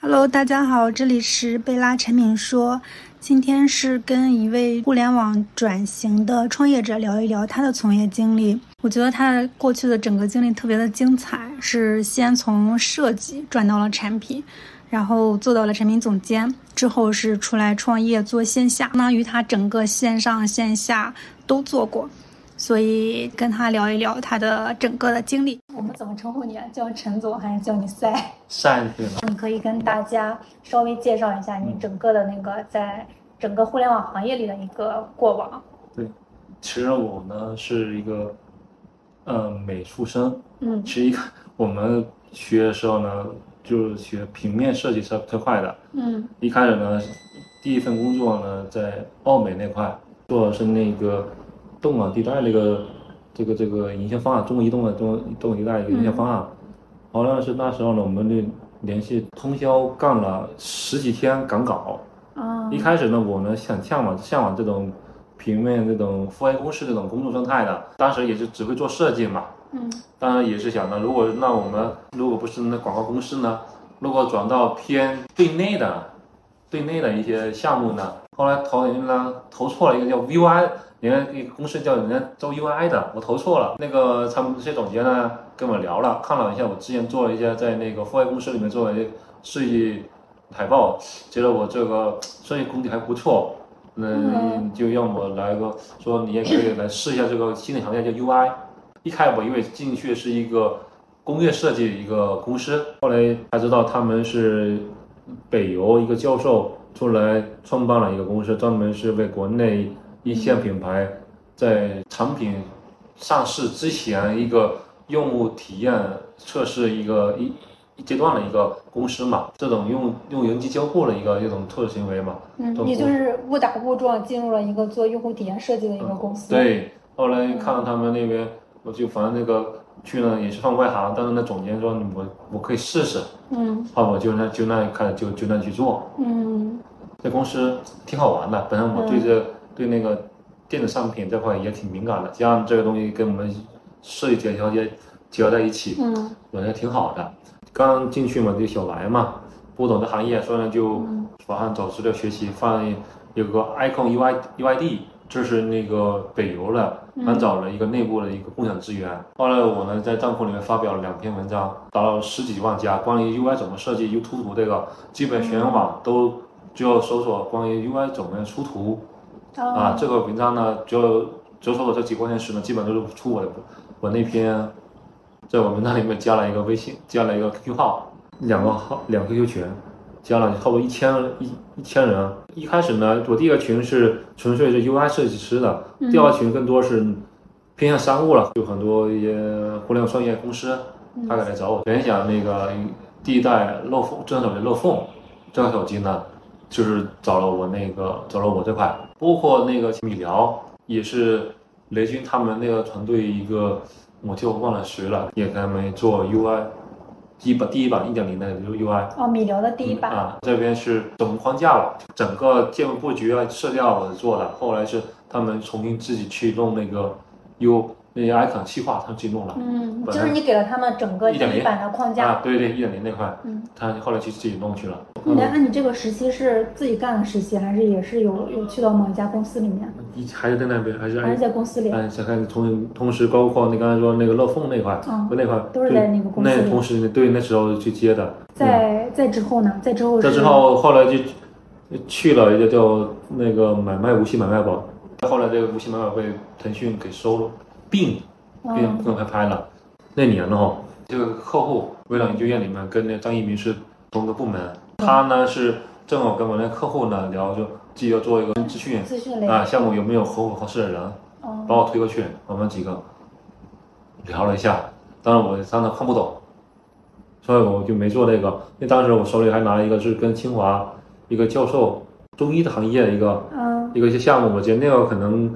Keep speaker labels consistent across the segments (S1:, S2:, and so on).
S1: Hello，大家好，这里是贝拉产品说。今天是跟一位互联网转型的创业者聊一聊他的从业经历。我觉得他过去的整个经历特别的精彩，是先从设计转到了产品，然后做到了产品总监，之后是出来创业做线下，相当于他整个线上线下都做过。所以跟他聊一聊他的整个的经历。我们怎么称呼你啊？叫陈总还是叫你赛？
S2: 晒去了。
S1: 你可以跟大家稍微介绍一下你整个的那个在整个互联网行业里的一个过往。
S2: 其实我呢是一个，呃，美术生。
S1: 嗯
S2: 其实一个我们学的时候呢，就是学平面设计是特快的。
S1: 嗯
S2: 一开始呢，第一份工作呢在奥美那块做的是那个动感地带那个这个这个营销方案，中国移动的动动感地带一个营销方案。好像是那时候呢，我们就连续通宵干了十几天赶稿。
S1: 啊
S2: 一开始呢，我呢想向往向往这种平面这种付费公式这种工作状态的，当时也是只会做设计嘛，
S1: 嗯
S2: 当然也是想呢，如果那我们如果不是那广告公司呢，如果转到偏对内的对内的一些项目呢，后来投人家呢投错了一个叫 VY，人家一个公司叫人家做 UI 的，我投错了。那个他们这些总监呢跟我聊了，看了一下我之前做了一些在那个户外公司里面做的一些设计海报，觉得我这个设计功底还不错。嗯，就让我来个说，你也可以来试一下这个新的行业叫 UI。一开始我以为进去是一个工业设计一个公司，后来才知道他们是北邮一个教授出来创办了一个公司，专门是为国内一线品牌在产品上市之前一个用户体验测试一个一。一阶段的一个公司嘛，这种用用人机交互的一个一种特殊行为嘛，
S1: 嗯，
S2: 都
S1: 你
S2: 不
S1: 就是误打误撞进入了一个做用户体验设计的一个公司。，
S2: 对，后来看到他们那边，我就反正那个去呢也是放外行，但是那总监说我我可以试试，
S1: 嗯
S2: 后来我就那就那开始就就那去做，
S1: 嗯
S2: 这公司挺好玩的。本身我对
S1: 嗯
S2: 这、对那个电子商品这块也挺敏感的，加上这个东西跟我们设计结合结结合在一起，
S1: 嗯
S2: 我觉得挺好的。刚进去嘛，就小白嘛，不懂这行业，所以呢就
S1: 嗯
S2: 网上找资料学习，发现有个 Icon UI UID，这是那个北邮的，
S1: 嗯
S2: 刚找了一个内部的一个共享资源。后来我呢在账户里面发表了两篇文章，达到十几万加，关于 UI 怎么设计、U 图图这个，基本全网都只有搜索关于 UI 怎么出图，
S1: 嗯哦
S2: 啊，这个文章呢，只有只有说我这几个关键词呢，基本都是出我的我那篇，在我文章里面加了一个微信，加了一个 QQ 号，两个号两个 QQ 群，加了差不多一千一一千人。一开始呢，我第一个群是纯粹是 UI 设计师的，第二个群更多是偏向商务了，就很多一些互联网创业公司，他
S1: 嗯
S2: 给来找我，原想那个第一代漏缝智能手机漏缝这款手机呢，就是找了我那个找了我这款，包括那个米聊也是雷军他们那个团队一个，我就忘了谁了，也给他们做 UI，一版第一版一点零的 UI。
S1: 哦，米聊的第一版。
S2: 啊，这边是总框架了，整个建模布局啊、色调我是做的，后来是他们重新自己去弄那个 U 那些 icon 细化，他们自己弄了。
S1: 嗯，
S2: 本
S1: 就
S2: 来
S1: 是你给了他们整个第一版的框
S2: 啊
S1: 架。，
S2: 对对，一点零那块，
S1: 嗯，
S2: 他后来去自己弄去了。
S1: 你那你这个实习是自己干的实习，还是也是有有去到某一家公司里面，
S2: 一还是在那边，还是
S1: 还是在公司里？
S2: 哎，再看同同时包括你刚才说那个乐凤那块，
S1: 嗯
S2: 那块
S1: 都是
S2: 对
S1: 在那个公司
S2: 那
S1: 里
S2: 同时对那时候去接的，
S1: 在在之后呢？在之后是
S2: 这之后后来就去了一个叫那个买卖无锡买卖宝，后来这个无锡买卖宝被腾讯给收了，并并
S1: 嗯
S2: 跟拍拍了。那年了哈，这个客户微软研究院里面跟那张一鸣是同个部门，他呢是正好跟我那客户呢聊，就自己要做一个资讯
S1: 资讯类
S2: 啊项目有没有合伙合适的人，
S1: 哦
S2: 把我推过去，我们几个聊了一下，当然我当时看不懂，所以我就没做这个。因为当时我手里还拿了一个是跟清华一个教授中医的行业的一个
S1: 嗯
S2: 一个一些项目，我觉得那个可能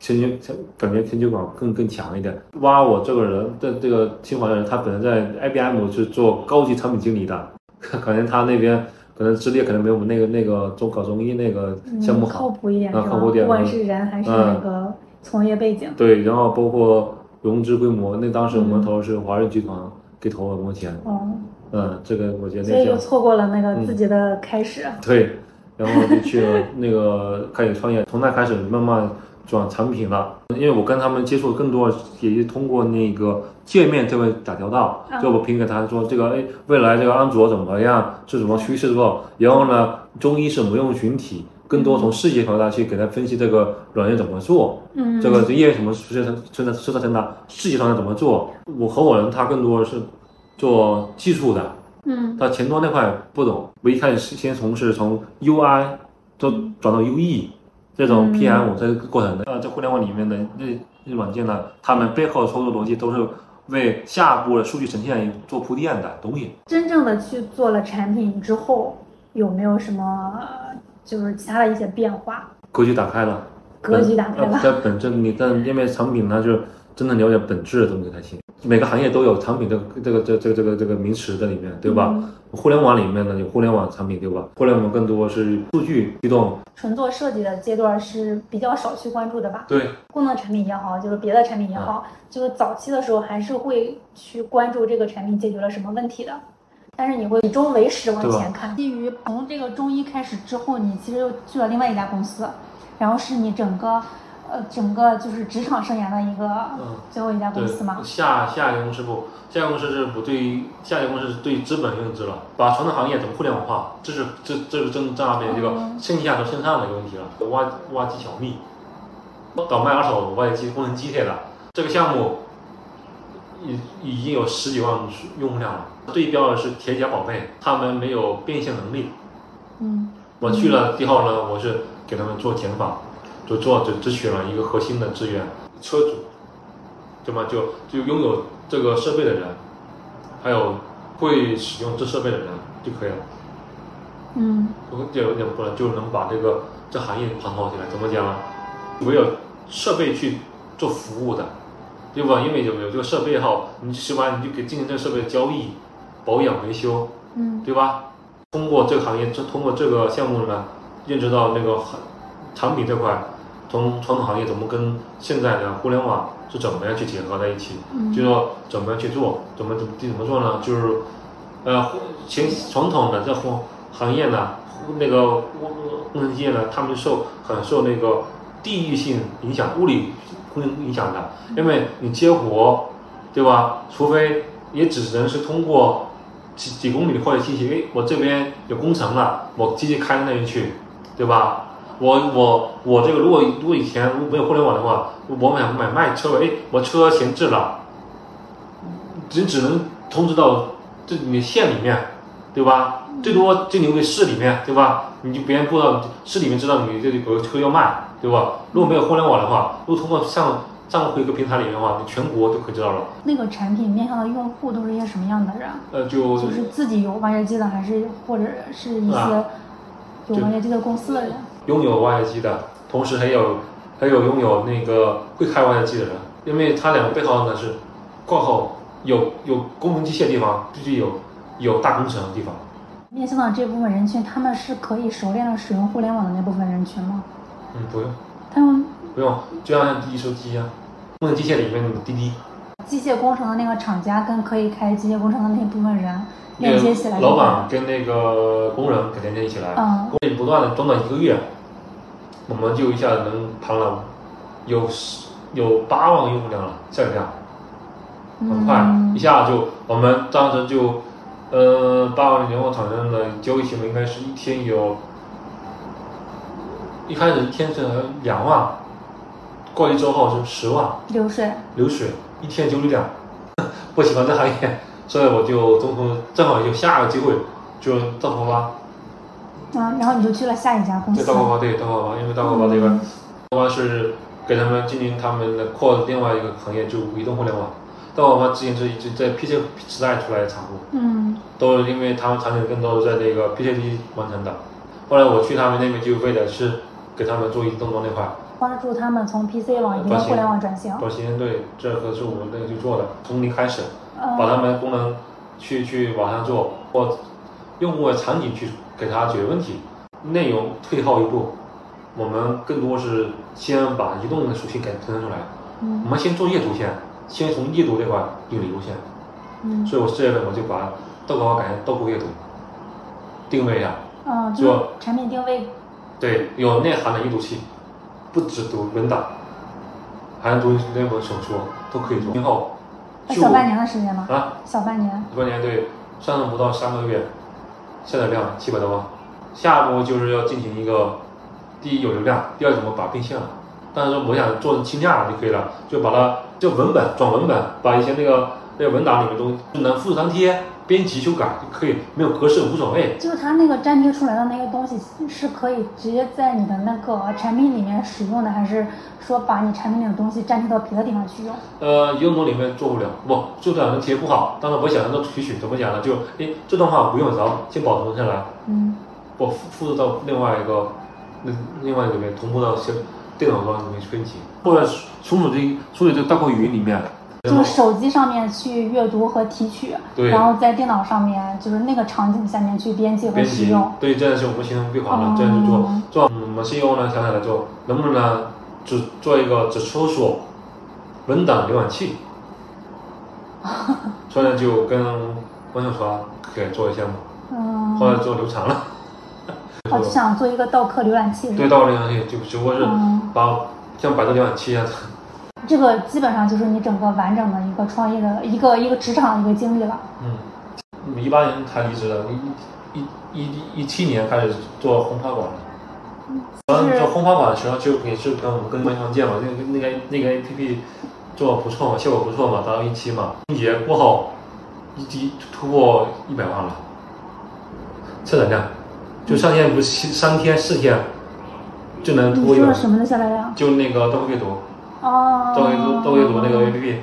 S2: 成就成感觉成就感更更强一点。挖我这个人的这个清华的人，他本身在 IBM 是做高级产品经理的， 可能他那边可能资历可能没有我们那个那个中搞中医那个项目
S1: 嗯
S2: 好。
S1: 靠谱一点是
S2: 啊
S1: 吧？
S2: 靠谱点嗯
S1: 不管是人还是那个从业背景。
S2: 对，然后
S1: 嗯
S2: 包括融资规模，那当时我们投的是华润集团给投了很多钱，
S1: 哦，
S2: 嗯，这个我觉得
S1: 所以就
S2: 那项
S1: 错过了那个
S2: 嗯
S1: 自己的开始。
S2: 对，然后就去了那个开始创业，从那开始慢慢转产品了。因为我跟他们接触更多，也是通过那个界面这边打交道，
S1: 嗯
S2: 就我评给他说这个哎，未来这个安卓怎么样，是什么趋势之后，然后呢，中医是没用群体，更多从视觉角度去给他分析这个软件怎么做。
S1: 嗯，
S2: 这个业务什么出现存在是在成长，事业上面怎么做？我合伙人他更多是做技术的，
S1: 嗯
S2: 他前端那块不懂。我一开始是先从事从 UI 做转到 UE 这种
S1: 嗯
S2: PM 我这个过程的，呃，在互联网里面的那那软件呢，他们背后的操作逻辑都是为下一步的数据呈现做铺垫的东西。
S1: 真正的去做了产品之后，有没有什么呃就是其他的一些变化？
S2: 格局打开了，
S1: 格局打开
S2: 呃
S1: 了。
S2: 在本质，你在页面产品呢，就是真的了解本质的东西才行。每个行业都有产品这个这个这个这个这个这个名词在里面，对吧？
S1: 嗯
S2: 互联网里面呢有互联网产品，对吧？互联网更多是数据驱动，
S1: 纯做设计的阶段是比较少去关注的吧？
S2: 对，
S1: 功能产品也好，就是别的产品也好，
S2: 嗯
S1: 就是早期的时候还是会去关注这个产品解决了什么问题的。但是你会以终为始往
S2: 对吧
S1: 前看。基于从这个中医开始之后，你其实又去了另外一家公司，然后是你整个呃整个就是职场生涯的一个
S2: 嗯
S1: 最后一家公
S2: 对
S1: 司嘛。
S2: 下下一个公司不，下一个公司是不对，下一个公司是对资本认知了，把传统行业怎么互联网化，这是这这是正正儿八经这个
S1: 嗯
S2: 线下和线上的一个问题了。挖挖机小蜜，倒卖二手挖掘机工程机械的这个项目已已经有十几万用户量了，对标的是铁甲宝贝，他们没有变现能力，
S1: 嗯
S2: 我去了之后呢，我是给他们做减法，就做只只选了一个核心的资源，车主，对吗？就就拥有这个设备的人，还有会使用这设备的人就可以了。
S1: 嗯
S2: 我有点不能就能把这个这行业盘活起来。怎么讲啊？唯有设备去做服务的，对吧？因为有有这个设备后，你起码你就给进行这个设备的交易、保养、维修，
S1: 嗯
S2: 对吧？通过这个行业，这通过这个项目呢，认识到那个行产品这块，从传统行业怎么跟现在的互联网是怎么样去结合在一起，
S1: 嗯
S2: 就说怎么样去做，怎么怎么怎么做呢？就是，呃，前传统的这行行业呢，那个工工程机械呢，他们受很受那个地域性影响、物理空间影响的，因为你接活，对吧？除非也只能是通过几几公里或者信息，哎，我这边有工程了，我直接开到那边去，对吧？我我我这个如果如果以前如果没有互联网的话，我买买卖车位，哎，我车闲置了，只只能通知到这你县里面，对吧？最多就留给市里面，对吧？你就别人不知道，市里面知道你这里有个车要卖，对吧？如果没有互联网的话，如果通过上上回一个平台里面的话，你全国都可以知道了。
S1: 那个产品面向的用户都是一些什么样的人？
S2: 呃，就
S1: 就是自己有挖掘机的，还是或者是一些
S2: 啊
S1: 有挖掘机的公司的人？
S2: 拥有挖掘机的，同时还有还有拥有那个会开挖掘机的人，因为他两个背后呢是挂号有有工程机械的地方，必须有有大工程的地方。
S1: 面向到这部分人群，他们是可以熟练的使用互联网的那部分人群吗？
S2: 嗯，不用
S1: 他们
S2: 不用，就像一手机一样，工程机械里面的滴滴，
S1: 机械工程的那个厂家跟可以开机械工程的那部分人链接起来
S2: 那个
S1: 就可
S2: 老
S1: 以
S2: 板
S1: 了，
S2: 跟那个工人给连接起来，
S1: 嗯
S2: 我们不断的短短一个月，我们就一下能盘了有十有八万用户量了，下一量。很快，啊
S1: 嗯
S2: 一下就我们当时就，呃，八万零后产生的交易行为应该是一天有，一开始一天是两万，过一周后是十万
S1: 流水，
S2: 流水，一天九九两，不喜欢这行业，所以我就中途正好有下个机会，就到国发，
S1: 嗯，然后你就去了下一家公
S2: 对
S1: 司
S2: 到，国发对到国发，因为到国发这边
S1: 嗯，
S2: 国发是给他们经营他们的扩另外一个行业，就移动互联网。到国发之前是一直在 PC 时代出来的产物，
S1: 嗯
S2: 都是因为他们产品更多是在这个 PCT 完成的。后来我去他们那边就为的是给他们做移动端那块，
S1: 帮助他们从 PC 往移动
S2: 转型
S1: 互联网转型。
S2: 短时间对，这个是我们那个去做的，从零开始，
S1: 嗯
S2: 把他们功能去去往上做，或用户的场景去给他解决问题，内容退后一步，我们更多是先把移动的属性给腾出来，我
S1: 嗯
S2: 们先做阅读先，先从阅读这块引流先。
S1: 嗯
S2: 所以我四月份我就把豆广告感觉都不会懂，定位啊，
S1: 嗯，
S2: 是吧
S1: 就是产品定位，
S2: 对，有内涵的一读器，不只读文档，还读那本小说都可以做。今后
S1: 那
S2: 就
S1: 小半年的时间吗？
S2: 啊，
S1: 小半年，
S2: 小半年对，上任不到三个月，下载量七百多万。下一步就是要进行一个，第一有流量，第二怎么把变现了。但是我想做成轻量就可以了，就把它就文本转文本，把一些那个那个文档里面的东西能复制粘贴、编辑修改就可以，没有格式无所谓。
S1: 就是它那个粘贴出来的那个东西是可以直接在你的那个产品里面使用的，还是说把你产品里的东西粘贴到别的地方去用？
S2: 呃，移动端里面做不了，不，做不了能贴不好。当然，我想让它提取，怎么讲呢？就，哎，这段话我不用，然后先保存下来，
S1: 嗯，
S2: 我复复制到另外一个，那另外一个里面同步到些电脑端里面去编辑，或者存储这存储这个大括语音里面，然
S1: 就
S2: 后
S1: 是手机上面去阅读和提取，
S2: 对
S1: 然后在电脑上面就是那个场景下面去编辑和
S2: 编
S1: 使
S2: 辑
S1: 用。，
S2: 对，这样是我们形成闭环了，这样去做
S1: 哦。
S2: 做我们 CEO 呢想起来做，能不能呢只做一个只搜索文档浏 览器？所以呢就跟王小川给做一项目。
S1: 嗯，
S2: 后来做流产了。
S1: 我就想做一个倒客浏览器。
S2: 对，到流产器就只不过是
S1: 嗯
S2: 把像百度浏览器啊，
S1: 这个基本上就是你整个完整的一个创业的一个一个职场的一个经历了。
S2: 嗯，一八年才离职的，一一一一七年开始做轰趴馆了。
S1: 嗯
S2: 然后做轰趴馆的时候，就也是跟我们跟官方见嘛，那个那个那个 A P P 做得不错嘛，效果不错嘛，达到一期嘛。春节过后，一一突破一百万了，下载量，就上线不是七三天四天就能突
S1: 你
S2: 破一
S1: 说
S2: 百
S1: 了
S2: 万。
S1: 什么的下载量？
S2: 就那个豆腐阅读，
S1: 哦，嗯
S2: 豆腐阅读豆腐阅读那个 APP，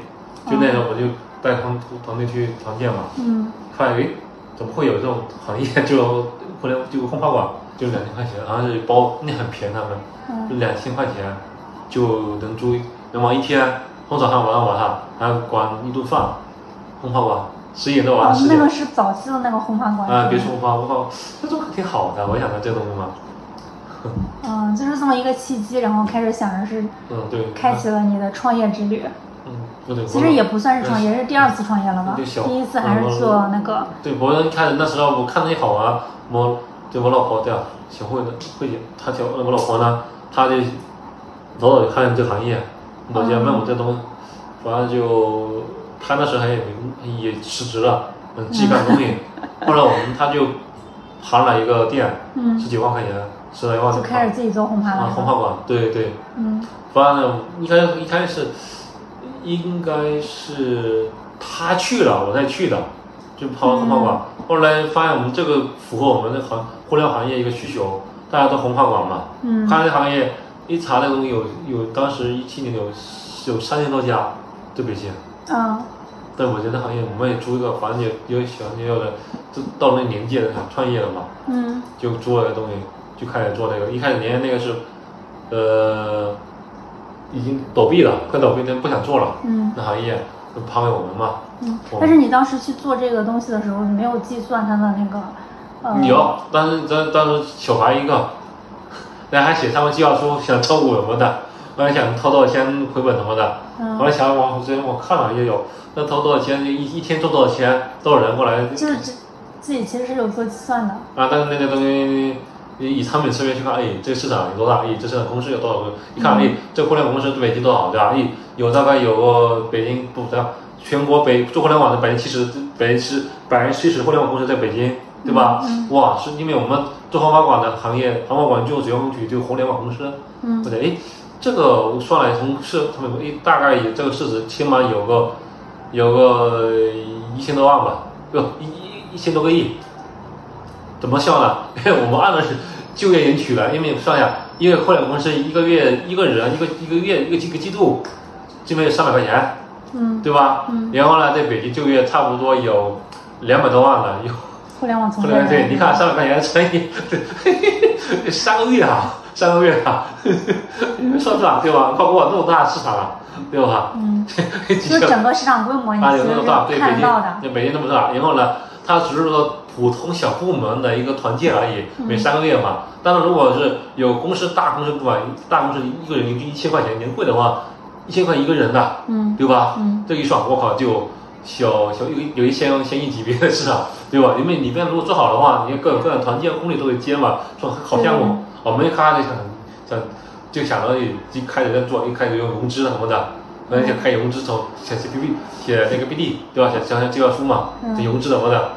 S2: 就那时候我就带团团队去团建嘛，
S1: 嗯，
S2: 看诶怎么会有这种行业，就互联就轰趴馆，就两千块钱，好像是包那很便宜，他们
S1: 嗯
S2: 就两千块钱就能住能玩一天，从早上玩到晚上，还要管一顿饭，轰趴馆十一点到
S1: 哦
S2: 晚上十，
S1: 那
S2: 点
S1: 个。是早期的那个红盘馆。
S2: 啊，别说轰趴，轰趴，这种挺好的，我想到这东西嘛，
S1: 嗯，就是这么一个契机，然后开始想着是
S2: 嗯，对，
S1: 开启了你的创业之旅。
S2: 嗯，不对，
S1: 其实也不算是创业，是第二次创业了吧？
S2: 对小
S1: 第一次还是做那个，
S2: 对，我一开始那时候我看着也好玩，我对我老婆对啊，小慧的慧姐，她小我老婆呢，她就呃早早就看见这行业，我就问我这东西，反正就她那时候还也没也辞职了，嗯，自己干东 西，后来我们她就盘了一个店，
S1: 嗯
S2: 十几万块钱，十来万
S1: 就开始自己做红盘
S2: 啊，
S1: 了。
S2: 红花馆，对对，
S1: 嗯
S2: 反正一开始一开始应该是他去了，我才去的，就跑到红花馆。后来发现我们这个符合我们的行互联网行业一个需求，大家都红花馆嘛。
S1: 嗯
S2: 看这行业一查那个东西有有，当时一七年有有三千多家，对北京。
S1: 嗯，
S2: 但我觉得行业我们也租一个，反正也也喜欢也有的，就到那年纪了想创业了嘛。
S1: 嗯
S2: 就做这个东西，就开始做那个。一开始人家那个是，呃，已经倒闭了，快倒闭了，不想做了。
S1: 嗯
S2: 那行业就抛给我们嘛。
S1: 嗯
S2: 我。
S1: 但是你当时去做这个东西的时候，你没有计算它的那个，呃，
S2: 有，当时当当时小孩一个， 人还写上面计划书，想炒股什么的，本来想掏多少钱回本什么的。
S1: 嗯
S2: 后来想我之前我看了也有，那掏多少钱一一天赚多少钱，多少人过来
S1: 就是自自己其实是有做计算的。
S2: 啊，但是那个东西，以以产品侧面去看，哎，这个市场有多大？哎，这市场公司有多少个？一看，哎，这互联网公司对北京多少？对吧？哎，有大概有个北京不对吧？全国北做互联网的百分之七十，百分之七百分之七十互联网公司在北京，对吧？哇，是因为我们做航发馆的行业，航发馆就只要去就互联网公司，
S1: 嗯
S2: 我得哎，这个我算了，从市他们哎大概也这个市值起码有个有个一千多万吧，不一一一千多个亿。怎么算呢？ 因为我们按的是就业人群来，因为算一下，一个互联网公司一个月一个人一个一个月一个一个季度，基本有三百块钱，
S1: 嗯，
S2: 对吧？然后呢，在北京就业差不多有两百多万了，有。
S1: 互联网从
S2: 后
S1: 业
S2: 来
S1: 人
S2: 对，你看三百块钱乘 以三个月啊，三个月啊， 你们算算对吧？包括我那么大的市场啊，对吧？
S1: 嗯，
S2: 几
S1: 就是
S2: 千
S1: 整个市场规模，你
S2: 啊，
S1: 其
S2: 有
S1: 实
S2: 那
S1: 是
S2: 么大，对北
S1: 看
S2: 京，
S1: 到的。
S2: 那北京那么大，啊然后呢，它只是个普通小部门的一个团建而已，每三个月嘛。但是如果是有公司大公司不管，大公司一个人一一千块钱年会的话，一千块一个人的，
S1: 嗯
S2: 对吧？
S1: 嗯
S2: 这一算，我靠就小小有一有一些先进级别的市场， 对吧？因为里面如果做好的话，你各种各样的团建攻略都会接嘛，说好项目，我们一开始想想就想到一开始在做，一开始用融资什么的，那就开始融资从写写 PPT 写那个 BD 对吧？写想想计划书嘛，写融资什么的，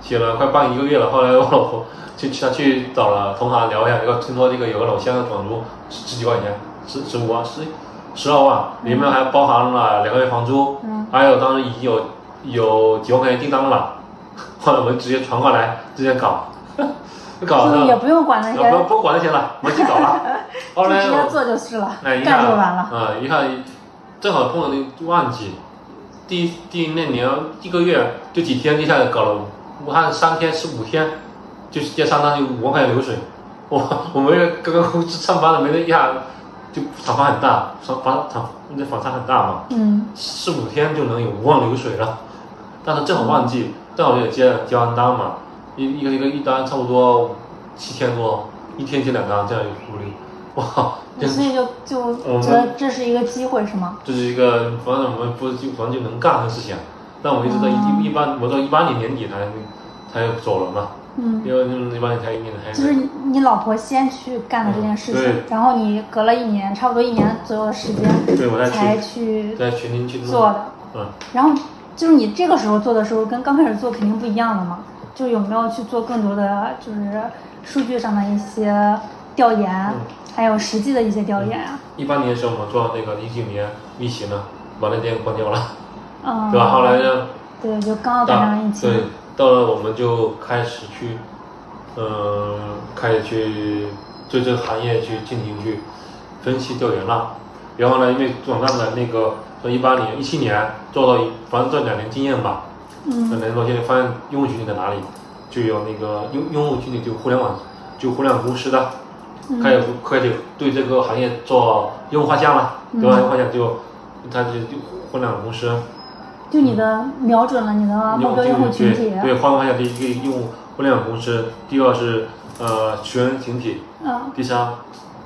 S2: 写了快半一个月了，后来我老婆去去去找了同行聊一下，这个听说这个有个老乡的转租十十几万块钱，十十五万十十二万，里面还包含了两个月房租，
S1: 嗯
S2: 还有当时已经有有几万块钱订单了，后 来我们直接传过来直接 搞，搞
S1: 就
S2: 的
S1: 也不用管那些，
S2: 不不管那些了，我们去搞 了，后
S1: 就
S2: 来
S1: 直接
S2: 我
S1: 做就是了，
S2: 那一下
S1: 干就完了。
S2: 啊、一下正好碰到那旺季，第一第一那年一个月就几天，一下子搞了武汉三天十五天，就直接相当于五万块钱流水。我我们刚刚公司上班的没得一下就反差很大，反反反那反差很大嘛，
S1: 嗯，
S2: 四五天就能有五万流水了。但是正好
S1: 嗯
S2: 旺季，正好也接接完单嘛，一一个一个一单差不多七千多，一天接两单这样有福利，哇，真
S1: 所以就就觉得这是一个机会是吗？
S2: 就是一个反正我们不就反正就能干的事情，但我一直到一、
S1: 哦
S2: 一般，我到一八年年底才才走了嘛，
S1: 嗯，
S2: 因为一八年才一年才
S1: 就是你你老婆先去干的这件事
S2: 嗯
S1: 情
S2: 对，
S1: 然后你隔了一年，差不多一年左右的时间
S2: 对我再去
S1: 才去
S2: 在群里去弄
S1: 做的。
S2: 嗯，
S1: 然后就是你这个时候做的时候，跟刚开始做肯定不一样的嘛。就有没有去做更多的就是数据上的一些调研，
S2: 嗯
S1: 还有实际的一些调研啊？
S2: 一八年的时候我们做那个一九年疫情呢，把那店关掉了，
S1: 嗯，
S2: 对吧？后来呢，
S1: 对，就刚好赶
S2: 大
S1: 上疫
S2: 对
S1: 情，，
S2: 到了我们就开始去，嗯，开始去对这个行业去进行去分析调研了。然后呢，因为网站的那个从一八年、一七年做到一，反正这两年经验吧，这
S1: 嗯
S2: 两年到现在发现用户群体在哪里，就有那个用用户群体就互联网，就互联网公司的，
S1: 嗯
S2: 开始开始对这个行业做用户画像了，对吧？
S1: 嗯
S2: 用户画像就它就就互联网公司。
S1: 就你的瞄准了你的目标用户群体，
S2: 嗯对，换换一下第一个用户互联网公司，第二是呃学员群体，
S1: 嗯，
S2: 第三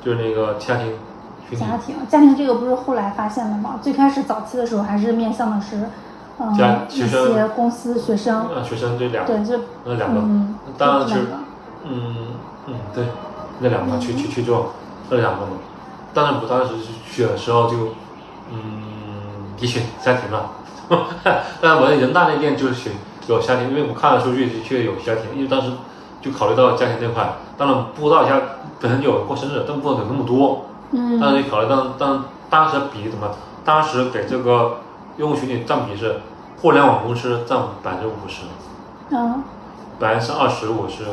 S2: 就是那个家庭群体，
S1: 家庭，家庭这个不是后来发现的吗？最开始早期的时候还是面向的是，嗯，
S2: 家学
S1: 一
S2: 生
S1: 些公司学生，
S2: 呃学生这两
S1: 对，就
S2: 那两个，
S1: 嗯，
S2: 当然
S1: 就这
S2: 其实
S1: 两个
S2: 嗯嗯对，那两个去去去做那两个嘛，当然我当时选的时候就嗯也选家庭了， 但我在人大那边就是选有家庭，因为我看了数据的确有家庭，因为当时就考虑到家庭这块，当然不知道家本身有过生日，但不知道有那么多。但
S1: 嗯，
S2: 是考虑当当当时比例怎么，当时给这个用户群体占比是互联网公司占百分之五十，
S1: 嗯，
S2: 百分之二十五是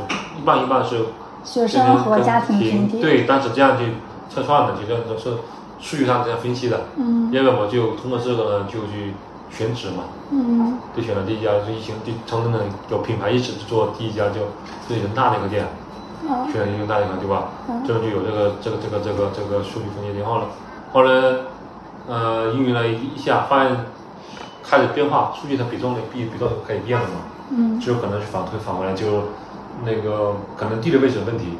S2: 一半一半是
S1: 学生和家庭群体，
S2: 对，当时这样去测算的，就这样就是数据上这样分析的。
S1: 嗯
S2: 因为我就通过这个呢就去选址嘛，
S1: 嗯
S2: 就选了第一家，就疫情第成功的有品牌意识做第一家就就是人大那个店，
S1: 嗯
S2: 选了人大那个对吧？
S1: 嗯
S2: 这就有这个这个这个这个这个数据分析，然后呢，后来呃应用了一下，发现开始变化，数据的比重的比比重开始变了嘛，
S1: 嗯
S2: 就有可能是反推返回来，就那个可能地理位置的问题，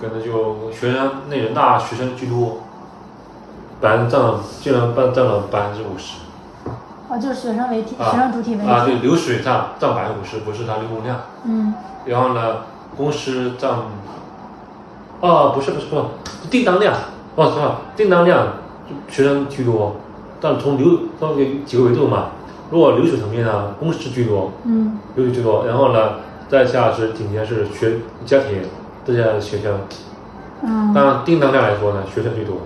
S2: 可能就学生那人大学生居多，百分之占了竟然占占了百分之五十。
S1: 啊，就是学生为体，
S2: 啊
S1: 学生主体为
S2: 啊，
S1: 主，
S2: 对，流水占占百分之五十，不是它流动量。
S1: 嗯
S2: 然后呢，公司占，哦，不是不是不是，订单量，哦，错了，订单量学生居多，但从流从几个维度嘛，如果流水层面呢，公司居多，
S1: 嗯
S2: 流水居多，然后呢，再下是紧接着是学家庭，再下是学生。
S1: 嗯
S2: 那订单量来说呢，学生居多，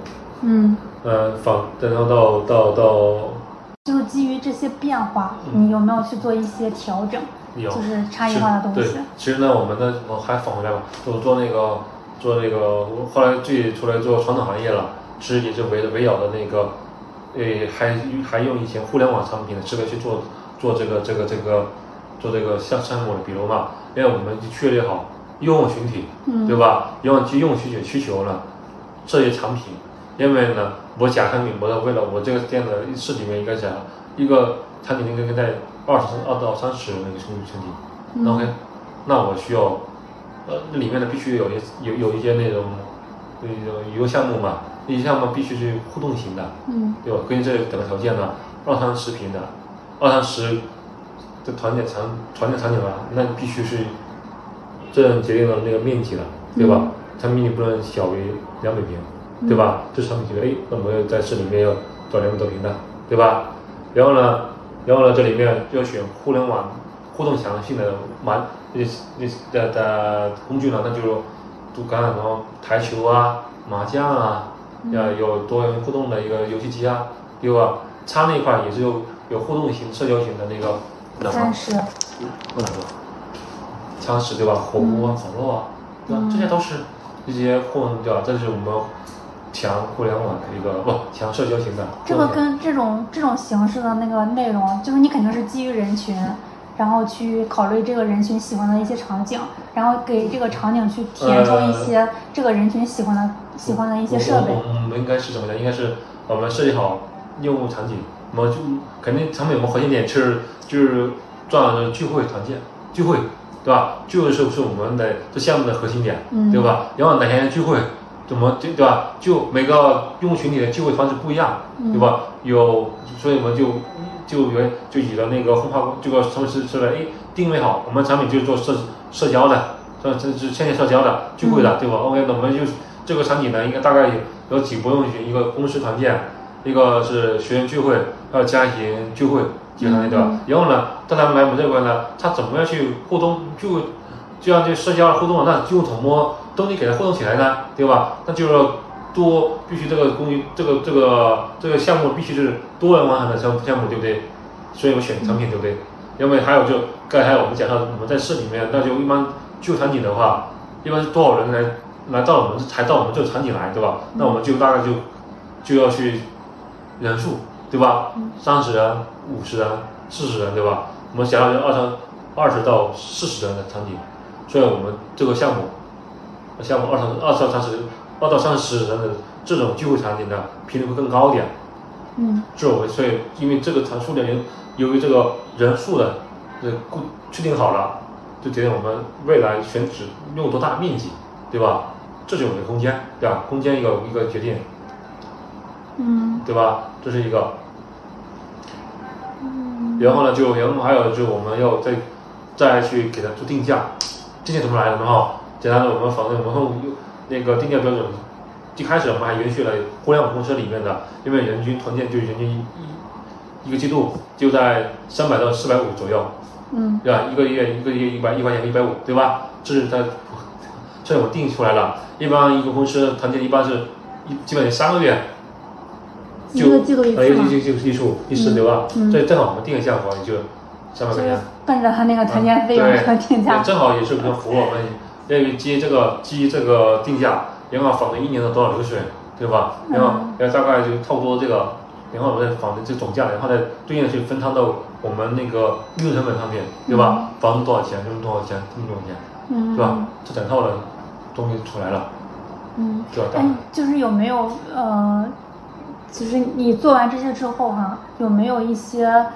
S1: 嗯，
S2: 呃，反然后到到到
S1: 就是基于这些变化，
S2: 嗯
S1: 你有没有去做一些调整？
S2: 有。
S1: 就是差异化的东
S2: 对
S1: 西，，
S2: 其实呢，我们呢，我还返回来了，我做那个做那个，我后来自己出来做传统行业了，其实也是围围绕着那个，诶，还还用以前互联网产品的思维去做做这个这个这个做这个项项目的，比如嘛，因为我们确立好用户群体，
S1: 嗯
S2: 对吧？用户去用户需求需求呢，这些产品，因为呢，我假产品，我的为了我这个店的市里面应该讲一个产品应该在二十二到三十那个群群体。
S1: 嗯
S2: 那 OK，那我需要，呃，那里面的必须有一有有一些那种，那种有项目嘛，那些项目必须是互动型的，
S1: 嗯
S2: 对吧？根据这两个条件呢，二三十平的，二三十这团建场团建场景啊，那必须是这样决定了那个面积了，对吧？它面积不能小于两百平，对吧？这时候你觉得，哎，那我们要在市里面要找两百多平的，对吧？然后呢，然后呢，这里面要选互联网互动强性的蛮那那的的工具呢，那就是就刚才什么台球啊、麻将啊，要有多元互动的一个游戏机啊，对吧？餐那一块也是有有互动型、社交型的那个哪怕
S1: 但是
S2: 不能说，枪食对吧？火锅啊、烤肉啊，对吧？这些都是这些混对吧？这是我们强互联网的一个不强社交型的。
S1: 这个跟这种这种形式的那个内容，就是你肯定是基于人群，然后去考虑这个人群喜欢的一些场景，然后给这个场景去填充一些这个人群喜欢的、喜欢的一些设备
S2: 呃我。我我们应该是怎么讲？应该是我们设计好业务场景，我们就肯定成本我们核心点是就是赚聚会团建聚会，对吧？聚会是不是我们的这项目的核心点，
S1: 嗯
S2: 对吧？然后哪天聚会，怎么对对吧？就每个用户群体的聚会方式不一样，
S1: 嗯
S2: 对吧？有，所以我们就就原就以了那个轰趴这个城市是来哎定位好，我们产品就是做社社交的，这这是线下社交的聚会的，对吧？OK，那我们就这个场景呢，应该大概有有几波用群，一个公司团建，一个是学员聚会，还有家庭聚会，几个场景对吧？然后呢，当他们来我们这边呢，他怎么样去互动聚会？就像这社交互动，啊那用桶摸东西给它互动起来呢，对吧？那就是多必须这个工具，这个这个这个项目必须是多元完整的项项目，对不对？所以我选产品，对不对？因为还有就刚才我们讲到我们在市里面，那就一般就场景的话，一般是多少人来来到我们才到我们这个场景来，对吧？那我们就大概就就要去人数，对吧？三十人、五十人、四十人，对吧？我们想要二十二十到四十人的场景，所以我们这个项目项目二十二到三十二到三十人的这种聚会场景呢，频率会更高一点。
S1: 嗯
S2: 这我所以因为这个常数量由由于这个人数的呃固确定好了，就决定我们未来选址用多大面积，对吧？这是我们的空间，对吧？空间一个一个决定，
S1: 嗯
S2: 对吧？这是一个。
S1: 嗯
S2: 然后呢，就然后还有就是我们要再再去给它做定价，定价怎么来的呢？哈，简单的我们房子我们用那个定价标准，一开始我们还允许了互联网公司里面的，因为人均团建就人均一一个季度就在三百到四百五左右，
S1: 嗯
S2: 对吧？一个月一个月一百一块钱一百五，对吧？这是它，这是我定出来了。一般一个公司团建一般是一基本三个月，就
S1: 一个季度一次
S2: 呃
S1: 嘛
S2: 就就就一处一次对吧？
S1: 嗯
S2: 这正好我们定一下，好像就三
S1: 就
S2: 百块
S1: 是
S2: 钱。
S1: 奔着他 那个团建费用
S2: 嗯啊对，
S1: 和定
S2: 对
S1: 价。
S2: 正好也是比较符合我们，因为基于这个基于这个定价，然后房子一年的多少流水，对吧？然后
S1: 嗯
S2: 然后大概就差不多这个，然后我们的房子这总价，然后再对应的去分摊到我们那个运营成本上面，对吧？房子多少钱，用多少钱，这么多少钱，
S1: 嗯
S2: 对吧？这整套的东西出来了，
S1: 嗯。
S2: 对吧？大概
S1: 哎，就是有没有呃，就是你做完这些之后哈、有没有一些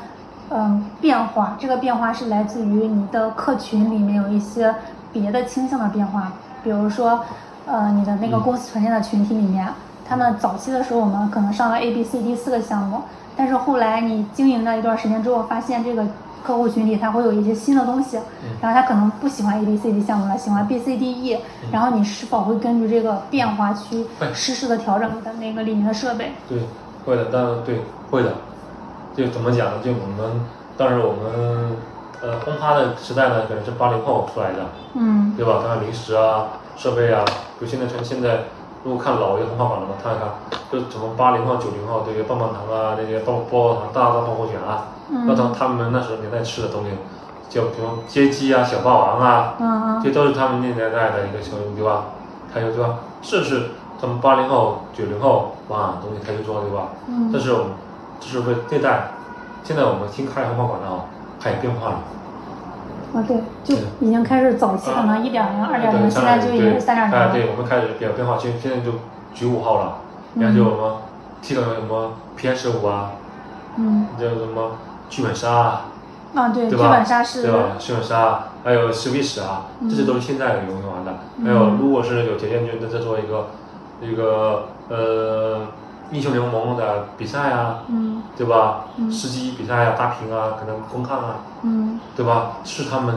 S1: 嗯、变化？这个变化是来自于你的客群里面有一些别的倾向的变化，比如说呃，你的那个公司团建的群体里面，他们早期的时候我们可能上了 A、B、C、D 四个项目，但是后来你经营了一段时间之后，发现这个。客户群体他会有一些新的东西，
S2: 嗯
S1: 然后他可能不喜欢 A B C D 项目了，喜欢 B C D E，然
S2: 嗯
S1: 后你是否会根据这个变化去
S2: 哎
S1: 实时的调整你的那个里面的设备？
S2: 对，会的，当然对，会的。就怎么讲呢？就我们当时我们呃轰趴的时代呢，可能是八零后出来的，
S1: 嗯
S2: 对吧？看看零食啊、设备啊，比如现在从现在如果看老一些红花榜的嘛，看一看，就什么八零后、九零后这些棒棒糖啊，那些棒棒糖、大大泡泡卷啊，
S1: 嗯
S2: 那他他们那时候年代吃的东西，就比如街机啊、小霸王啊，
S1: 嗯
S2: 这都是他们那年代的一个球对吧？台球对吧？这是啊他们八零后、九零后玩的东西，台球桌对吧？
S1: 嗯
S2: 但是我们这是为这代，现在我们新开红花馆的啊，它也变化了。
S1: 啊对，就已经开始早期可能一点零、啊二点零，
S2: 啊对
S1: 现在就已经是三点零
S2: 哎，
S1: 了。
S2: 对，我们开始变变化，现现在就局五号了，然后就什么踢到什么 PS 五啊，
S1: 嗯
S2: 还有什么剧本杀啊，
S1: 啊对，剧
S2: 对吧？
S1: 本杀是嗯
S2: 对吧？剧本杀，还有 Switch 啊，这些都是现在的游戏玩的。还有，如果是有条件，就再做一个一个呃英雄联盟的比赛啊，
S1: 嗯
S2: 对吧？
S1: 嗯
S2: 吃鸡比赛啊，大屏啊，可能公看啊，
S1: 嗯
S2: 对吧？是他们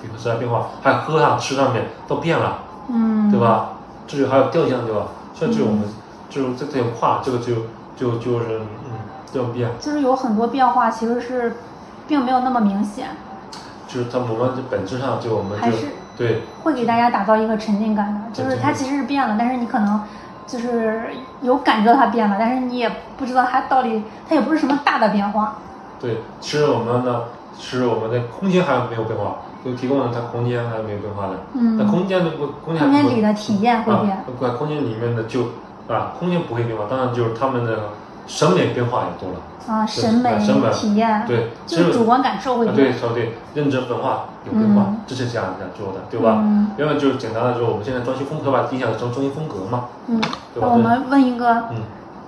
S2: 比如时代变化，还有喝上吃上面都变了，
S1: 嗯，
S2: 对？吧？这就还有调性，对吧？像这种，这种这这种跨，这个就就就是嗯，这种变，
S1: 就是有很多变化，其实是并没有那么明显，
S2: 就是他们我们就本质上就我们
S1: 还
S2: 就是对
S1: 会给大家打造一个沉浸感的，就是它其实是变了，但是你可能就是有感觉到它变了，但是你也不知道它到底，它也不是什么大的变化。
S2: 对，其实我们呢，其实我们的空间还没有变化，就提供了它空间还没有变化的。
S1: 嗯
S2: 那空间的不，空间
S1: 空间
S2: 不
S1: 里的体验会变
S2: 啊，不管空间里面的就啊，空间不会变化，当然就是他们的审美变化也多了。
S1: 啊，审美
S2: 审美
S1: 体验，
S2: 对
S1: 啊就
S2: 其
S1: 是
S2: 实
S1: 主观感受会
S2: 啊，
S1: 变。
S2: 对，说对，认知文化有变化
S1: 嗯，
S2: 这是这样这样做的，对吧
S1: 嗯？
S2: 原本就是简单的说，我们现在装修风格吧，影响的装装修风格嘛，
S1: 嗯，
S2: 对
S1: 那
S2: 吧？
S1: 我们问一个
S2: 嗯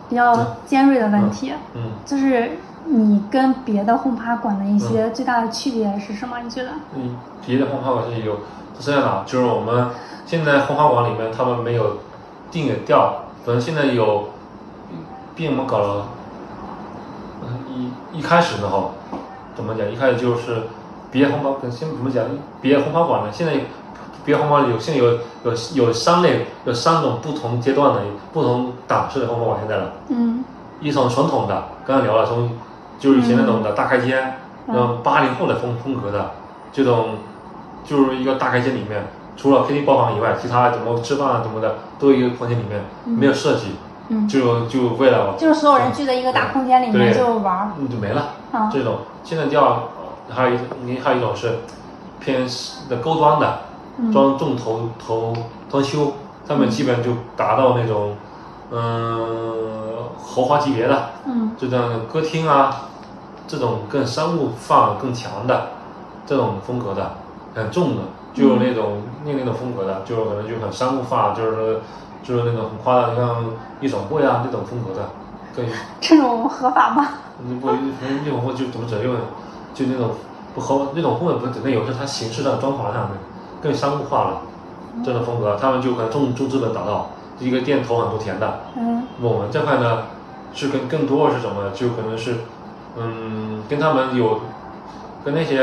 S1: 比较尖锐的问题，
S2: 嗯，
S1: 就是你跟别的轰趴馆的一些最大的区别是什么？你觉得？
S2: 嗯，别的红花馆是有，是这样的啊，就是我们现在红花馆里面他们没有定的调，可能现在有，并我们搞了，嗯一一开始的哈，怎么讲？一开始就是别红花馆，先怎么讲？别红花馆呢？现在别红花馆有现在有有有三类，有三种不同阶段的不同档次的红花馆现在了。
S1: 嗯
S2: 一种传统的，刚刚聊了，从就是以前那种的大开间，
S1: 嗯
S2: 那种八零后的风风格的，这种就是一个大开间里面，除了 KTV 包房以外，其他怎么吃饭啊什么的，都一个空间里面，没有设计，
S1: 嗯，
S2: 就就为了
S1: 就是所有人聚在一个大空间里面
S2: 对
S1: 就玩儿
S2: 嗯就没了。
S1: 啊，
S2: 这种现在叫还有一你还有一种是偏的高端的，
S1: 嗯
S2: 装重头头装修，他们基本就达到那种嗯豪华级别的。
S1: 嗯
S2: 就像歌厅啊，这种更商务范更强的，这种风格的，很重的，就那种另那种风格的，就可能就很商务范，就是说就是那种很夸张，像夜总会啊那种风格的，更
S1: 这种合法吗？
S2: 你不夜总会就怎么整用，就那种不合那种风格不是整那有，是它形式上、装潢上的更商务化了，这种风格，他们就可能重重资本打造，一个店投很多钱的，
S1: 嗯
S2: 我们这块呢，是跟更多是什么呢？就可能是，嗯，跟他们有，跟那些，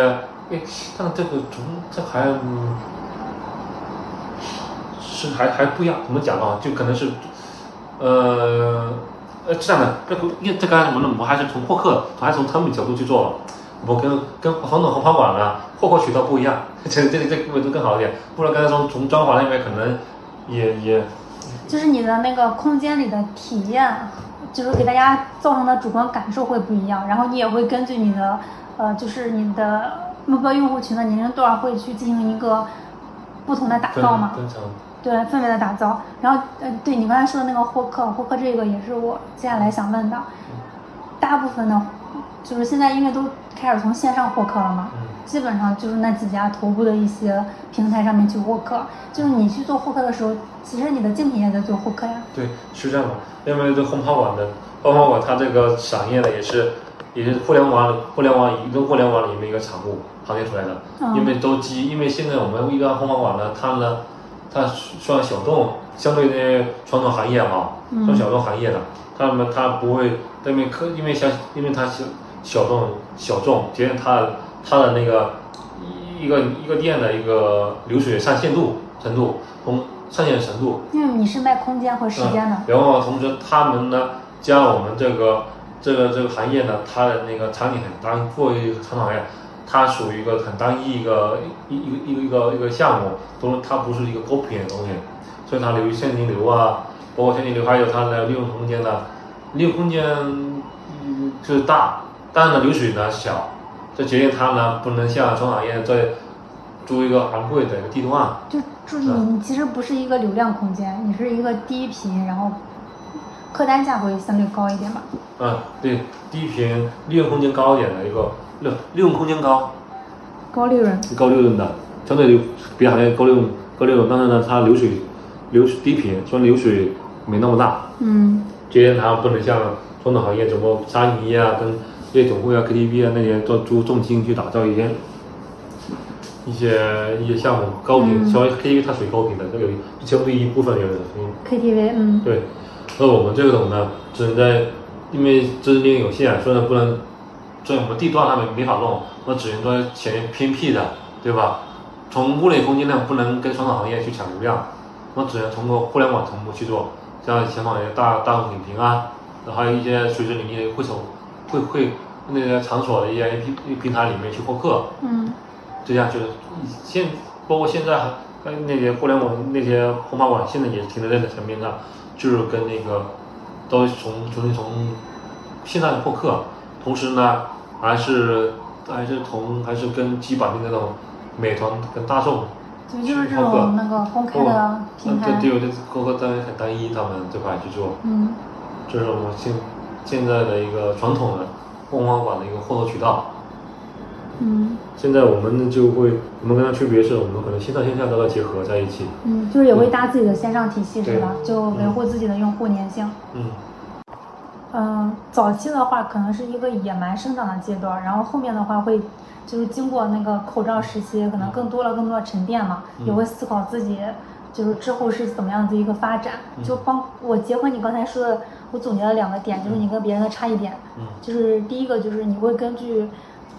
S2: 诶，但这个从这还，嗯是还还不一样，怎么讲啊？就可能是，呃，呃，这样的，这个因为这个我们我还是从获客，还是从成本角度去做了。我跟跟传统红花馆呢，获客渠道不一样，这这这维度更好一点。不然刚才从从装潢那边可能也也
S1: 就是你的那个空间里的体验，就是给大家造成的主观感受会不一样，然后你也会根据你的，呃，就是你的目标用户群的年龄段会去进行一个不同的打
S2: 分
S1: 造嘛，
S2: 分成。
S1: 对氛围的打造。然后，呃，对你刚才说的那个获客，获客这个也是我接下来想问的，大部分的，就是现在因为都开始从线上获客了嘛，
S2: 嗯
S1: 基本上就是那几家头部的一些平台上面去获客。就是你去做获客的时候，其实你的竞品也在做获客呀。
S2: 对，是这样的，因为这轰趴网的轰趴网，它这个产业呢也是也是互联网互联网移动互联网里面一个产物行业出来的，
S1: 嗯
S2: 因为都基因为现在我们一般轰趴网呢，它呢它算小众，相对那些传统行业嘛，
S1: 嗯
S2: 算小众行业的，他们它不会因为科因为小因为它小小众小众，决定它的它的那个一一个一个店的一个流水上限度程度，从上线程度。
S1: 因为你是卖空间和时间的
S2: 嗯。然后同时他们呢，将我们这个这个这个行业呢，它的那个场景很单，作为一个传统行业，它属于一个很单一一个一一个一个一个一个项目，都它不是一个高频的东西，所以它流于现金流啊，包括现金流，还有它的利用空间呢，利用空间嗯就是大，但是呢流水呢小，这决定它呢不能像传统行业这租一个昂贵的一个地段。
S1: 就就你
S2: 嗯
S1: 你其实不是一个流量空间，你是一个低频，然后客单价会相对高一点吧。
S2: 嗯，对，低频利用空间高一点的一个利利用空间高
S1: 高利润，
S2: 高利润的，相对于别的行业高利润高利润，但是呢，它流水流水低频，虽然流水没那么大，
S1: 嗯
S2: 这些它不能像传统行业什么餐饮业啊、跟夜总会啊、KTV 啊那些都出重金去打造一些一些一些项目高频，
S1: 嗯
S2: 稍微 KTV 它属于高频的，它有相对一部分有人
S1: ，KTV，嗯，
S2: 对，那我们这个种呢，只能在因为资金有限，啊所以呢不能所以我们地段它没没法弄，我只能说选一些偏僻的，对吧？从物类空间呢不能跟传统行业去抢流量，我只能通过互联网同步去做，像前网的大大众点评啊，然后还有一些垂直领域的会所会会那些场所的一些 A P 平台里面去获客，
S1: 嗯
S2: 这样就是现包括现在还跟那些互联网那些红盘网现在也停留在这层面上，就是跟那个都从重新从线上获客，同时呢还是还是同还是跟基本的那种美团跟大众
S1: 对，就是这种那个公开的平台
S2: 对，对，嗯这客户单位很单一，他们这块去做，
S1: 嗯
S2: 这是我们现现在的一个传统的互联网版的一个获客渠道。
S1: 嗯
S2: 现在我们就会，我们跟它区别是我们可能线上线下都要结合在一起。
S1: 嗯，就是也会搭自己的线上体系是吧？
S2: 对
S1: 就维护自己的用户粘性。
S2: 嗯，
S1: 嗯，早期的话可能是一个野蛮生长的阶段，然后后面的话会就是经过那个口罩时期，可能更多了更多的沉淀嘛，
S2: 嗯
S1: 也会思考自己就是之后是怎么样的一个发展。
S2: 嗯
S1: 就帮我结合你刚才说的，我总结了两个点，就是你跟别人的差异点，
S2: 嗯
S1: 就是第一个就是你会根据。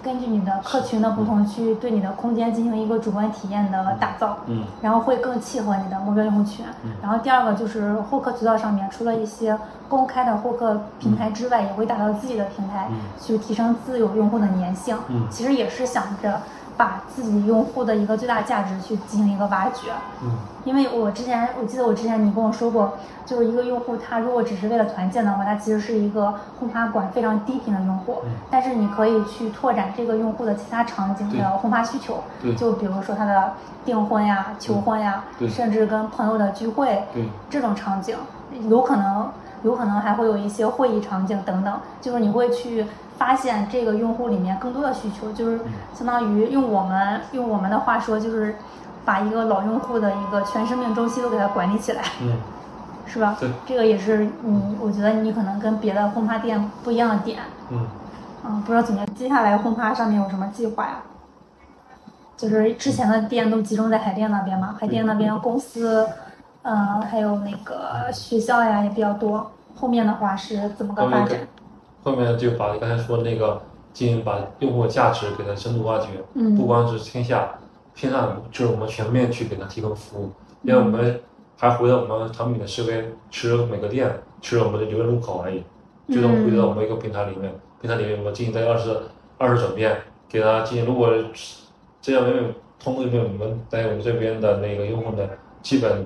S1: 根据你的客群的不同，去对你的空间进行一个主观体验的打造。
S2: 嗯
S1: 然后会更契合你的目标用户群。
S2: 嗯
S1: 然后第二个就是获客渠道上面，除了一些公开的获客平台之外，也会打造自己的平台，
S2: 嗯
S1: 去提升自有用户的粘性。
S2: 嗯
S1: 其实也是想着把自己用户的一个最大价值去进行一个挖掘。
S2: 嗯
S1: 因为我之前我记得我之前你跟我说过，就是一个用户他如果只是为了团建的话，他其实是一个轰趴馆非常低频的用户，
S2: 嗯
S1: 但是你可以去拓展这个用户的其他场景
S2: 对
S1: 的轰趴需求
S2: 对，
S1: 就比如说他的订婚呀、求婚呀，
S2: 对
S1: 甚至跟朋友的聚会，
S2: 对
S1: 这种场景，有可能有可能还会有一些会议场景等等，就是你会去发现这个用户里面更多的需求，就是
S2: 嗯
S1: 相当于用我们用我们的话说，就是把一个老用户的一个全生命周期都给它管理起来，
S2: 嗯，
S1: 是吧？
S2: 对
S1: 这个也是你，我觉得你可能跟别的轰趴店不一样的点。
S2: 嗯，
S1: 嗯，不知道怎么，接下来轰趴上面有什么计划呀？就是之前的店都集中在海淀那边嘛，海淀那边公司，嗯、还有那个学校呀也比较多。后面的话是怎么个
S2: 后
S1: 发
S2: 面
S1: 展？
S2: 后面就把刚才说那个进行把用户的价值给它深度挖掘，
S1: 嗯
S2: 不光是线下，线上就是我们全面去给它提供服务，因为我
S1: 嗯
S2: 们还回到我们产品的思维，其实每个店其实我们的流量入口而已，最终
S1: 嗯
S2: 回到我们一个平台里面，平台里面我们进行在二十二十转变，给它进行如果这样因为通过这边我们在我们这边的那个用户呢，基本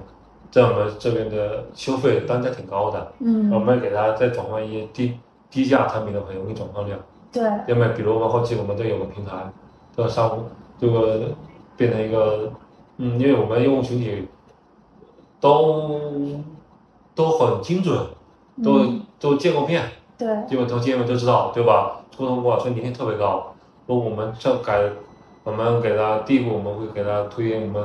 S2: 在我们这边的消费单价挺高的，我
S1: 嗯，
S2: 们给它再转换一些低低价产品的很容易转换量。
S1: 对，
S2: 另外，比如我们后期我们都有个平台，这个商务这个变成一个，嗯，因为我们用户群体都都很精准，都、
S1: 嗯
S2: 都见过面，
S1: 对，
S2: 基本从见面就知道，对吧？沟通过，所以粘性特别高。如果我们这改，我们给他第一步，我们会给他推我们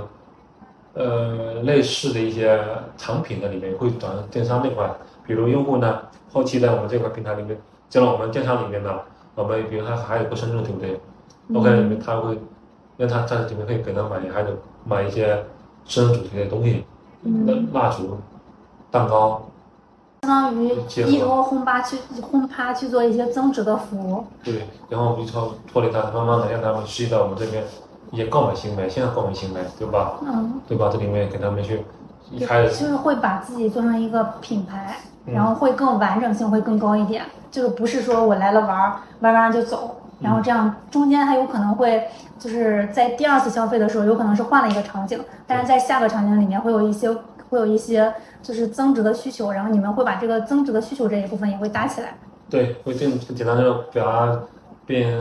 S2: 呃类似的一些产品的里面会转到电商那块，比如用户呢，后期在我们这块平台里面进了我们电商里面呢，我们比如他还有个深圳，对不对
S1: 嗯
S2: ？OK 里面他会让他在里面可以给他买，还有买一些深圳主题的东西，蜡
S1: 嗯
S2: 蜡烛、蛋糕，
S1: 相当于
S2: 结合
S1: 依托轰趴去轰趴去做一些增值的服务。
S2: 对，然后我们就脱脱离它，慢慢的让他们吸到我们这边一些购买行为，现在购买行为，对吧？
S1: 嗯，
S2: 对吧？这里面给他们去一
S1: 对
S2: 开
S1: 就
S2: 始，
S1: 是会把自己做成一个品牌，
S2: 嗯
S1: 然后会更完整性会更高一点，就是不是说我来了玩儿，玩完了就走，
S2: 嗯
S1: 然后这样中间还有可能会就是在第二次消费的时候，有可能是换了一个场景，但是在下个场景里面会有一些会有一些就是增值的需求，然后你们会把这个增值的需求这一部分也会搭起来。
S2: 对，会简简单的表达变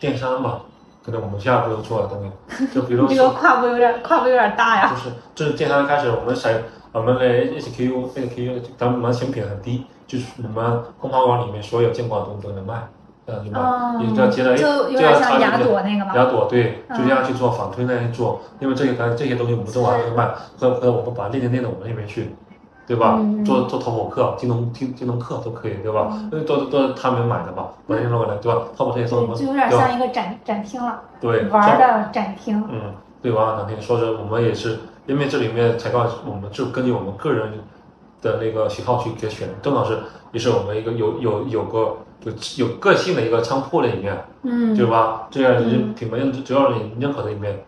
S2: 电商嘛，可能我们下一步要做的东西，就 比如
S1: 这个
S2: 说，
S1: 跨步有点跨步有点大
S2: 就
S1: 呀。
S2: 是这电商开始，我们采我们的 HQ HQ，咱们产品很低，就是我们空盘网里面所有见过的东西都能卖，呃，你
S1: 哦
S2: 们你就要接着
S1: 就有点
S2: 要
S1: 像
S2: 插
S1: 雅
S2: 进去
S1: 朵那个嘛
S2: 雅朵对，
S1: 嗯
S2: 就这样去做反推那样去做，因为这些这些东西我们都往上卖，和和我们把链接链到我们那边去，对吧？
S1: 嗯
S2: 做做淘宝课、京东京京东课都可以，对吧？
S1: 嗯
S2: 因为都都是他们买的嘛，我那弄过来，对吧？淘宝这些都我们
S1: 对，就有点
S2: 对吧
S1: 像一个展展厅了，
S2: 对
S1: 玩儿
S2: 这
S1: 的展厅。
S2: 嗯，对，往往两天说着我们也是，因为这里面采购我们就根据我们个人的那个喜好去给选。正好是也是我们一个有有有个有有个性的一个仓库的里面，
S1: 嗯，
S2: 对吧？这样就是
S1: 嗯
S2: 品牌认只要你认可的里面，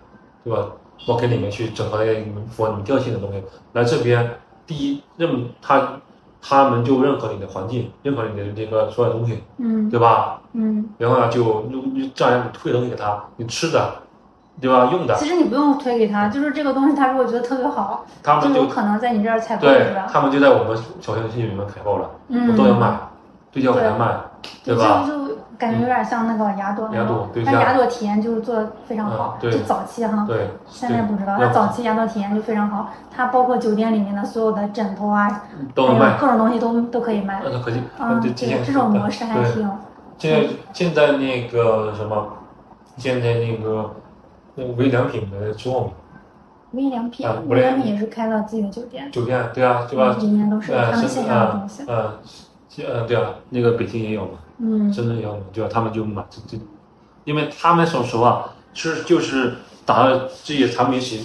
S2: 对吧？我给你们去整合一个你们符合你们调性的东西，来这边第一认他他们就认可你的环境，认可你的这个所有东西，
S1: 嗯
S2: 对吧？
S1: 嗯，
S2: 然后呢，就你你这样推东西给他，你吃的，对吧？用的
S1: 其，实你不用推给他，就是这个东西，他如果觉得特别好，
S2: 嗯他
S1: 就
S2: 们
S1: 有
S2: 就
S1: 可能在你这儿采购，
S2: 对
S1: 是吧？
S2: 他们就在我们小程序里面采购了，
S1: 嗯，
S2: 我都要卖，对焦给他卖，对
S1: 对，
S2: 吧？
S1: 就就感觉有点像那个雅朵那
S2: 雅朵
S1: 种，
S2: 对
S1: 但
S2: 像
S1: 雅朵体验就是做的非常好
S2: 嗯，对
S1: 就早期哈，
S2: 对，
S1: 现在不知道，
S2: 对
S1: 它早期雅朵体验就非常好，它包括酒店里面的所有的枕头啊，
S2: 都
S1: 还
S2: 能卖
S1: 有。各种东西都都可以卖。
S2: 那可惜，
S1: 啊，
S2: 那
S1: 对，
S2: 今天
S1: 这种模式还
S2: 对
S1: 挺，
S2: 现在现在那个什么，现在那个那个微良品的之后
S1: 无良品
S2: 啊，
S1: 无
S2: 无印
S1: 良品也是开了自己的酒店，
S2: 酒店，对啊，对吧？
S1: 里面嗯都是
S2: 呃，
S1: 他们
S2: 深
S1: 线上
S2: 圳
S1: 的
S2: 啊
S1: 东西，。
S2: 呃，呃，对啊，那个北京也有嘛，
S1: 嗯
S2: 深圳也有嘛，对吧？他们就买这这，因为他们说啊实话，是就是打造自己的产品使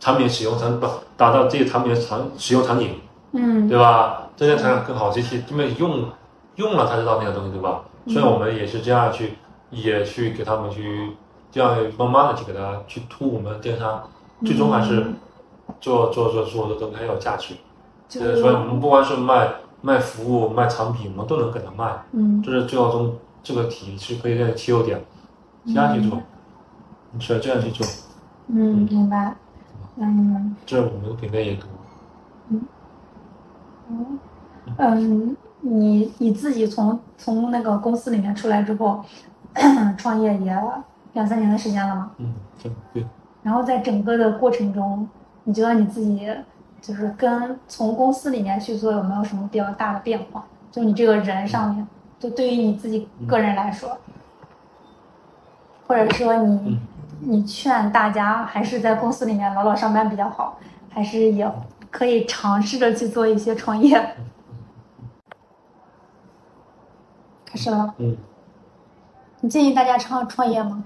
S2: 产品使用场不打造自己产品的场使用场景，
S1: 嗯
S2: 对吧？这些才更好，这些因为用用了才知道那个东西，对吧？所以我们也是这样去，也去给他们去这样慢慢的去给他去突我们的电商，最终还是做做做做的更很有价值。
S1: 就
S2: 对所以我们不光是卖卖服务、卖产品，我们都能给他卖，
S1: 嗯，
S2: 这是最后中这个体是可以在切入点，这样去做，是这样去做，
S1: 嗯，明白。嗯
S2: 这是我们品类也多。
S1: 嗯，你你自己从从那个公司里面出来之后， 创业也两三年的时间了嘛。
S2: 嗯，对对。
S1: 然后在整个的过程中，你觉得你自己就是跟从公司里面去做有没有什么比较大的变化？就你这个人上面，就对于你自己个人来说，或者说你
S2: 嗯
S1: 你劝大家还是在公司里面老老上班比较好，还是也可以尝试着去做一些创业？开始了，
S2: 嗯，
S1: 你建议大家创创业吗？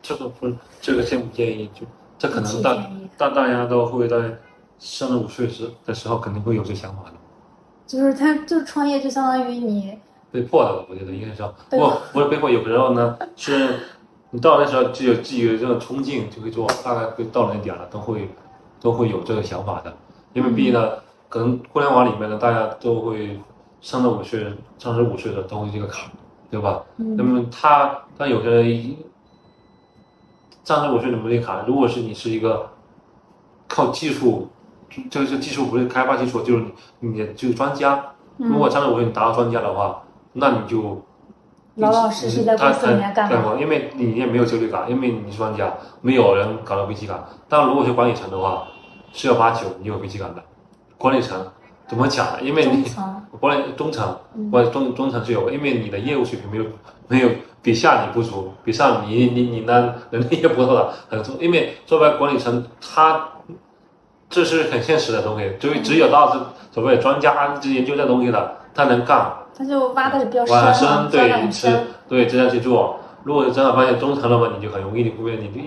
S2: 这个不，这个建不建议？就这可
S1: 不
S2: 能
S1: 建
S2: 大
S1: 议
S2: 大大家都会在三十五岁时的时候肯定会有这想法的，
S1: 就是他，就是创业，就相当于你
S2: 被迫的，我觉得应该是这样。
S1: 被
S2: 不
S1: 迫
S2: 不是被迫，有时候呢是，你到那时候只有自己有这种冲劲就会做，大概会到了那点了，都会都会有这个想法的，因为毕竟呢，
S1: 嗯
S2: 可能互联网里面呢，大家都会三十五岁、三十五岁的都会这个坎儿，对吧？那
S1: 嗯
S2: 么他，但有些人一站在我这里没力卡，如果是你是一个靠技术，就这个是技术不是开发技术，就是你你就是专家。
S1: 嗯
S2: 如果站在我这里达到专家的话，那你就嗯
S1: 老老实实在公司里面干嘛
S2: 干因为你也没有焦虑感，因为你是专家，没有人搞到危机感。但如果是管理层的话，十有八九你有危机感的。管理层怎么讲呢？因为
S1: 中
S2: 你
S1: 层，
S2: 管理中层
S1: 嗯，
S2: 管理中中层是有，因为你的业务水平没有没有比下你不足，比上你你你呢能力也不错的很足，因为说白了管理层他这是很现实的东西，
S1: 嗯
S2: 就是只有到是所谓专家就研究这东西的，他能干，
S1: 他就挖的比较深
S2: 晚
S1: 了，
S2: 上
S1: 钻得
S2: 对
S1: 很
S2: 吃
S1: 深，
S2: 对这样去做，如果真的发现中层的话，你就很容易你会你就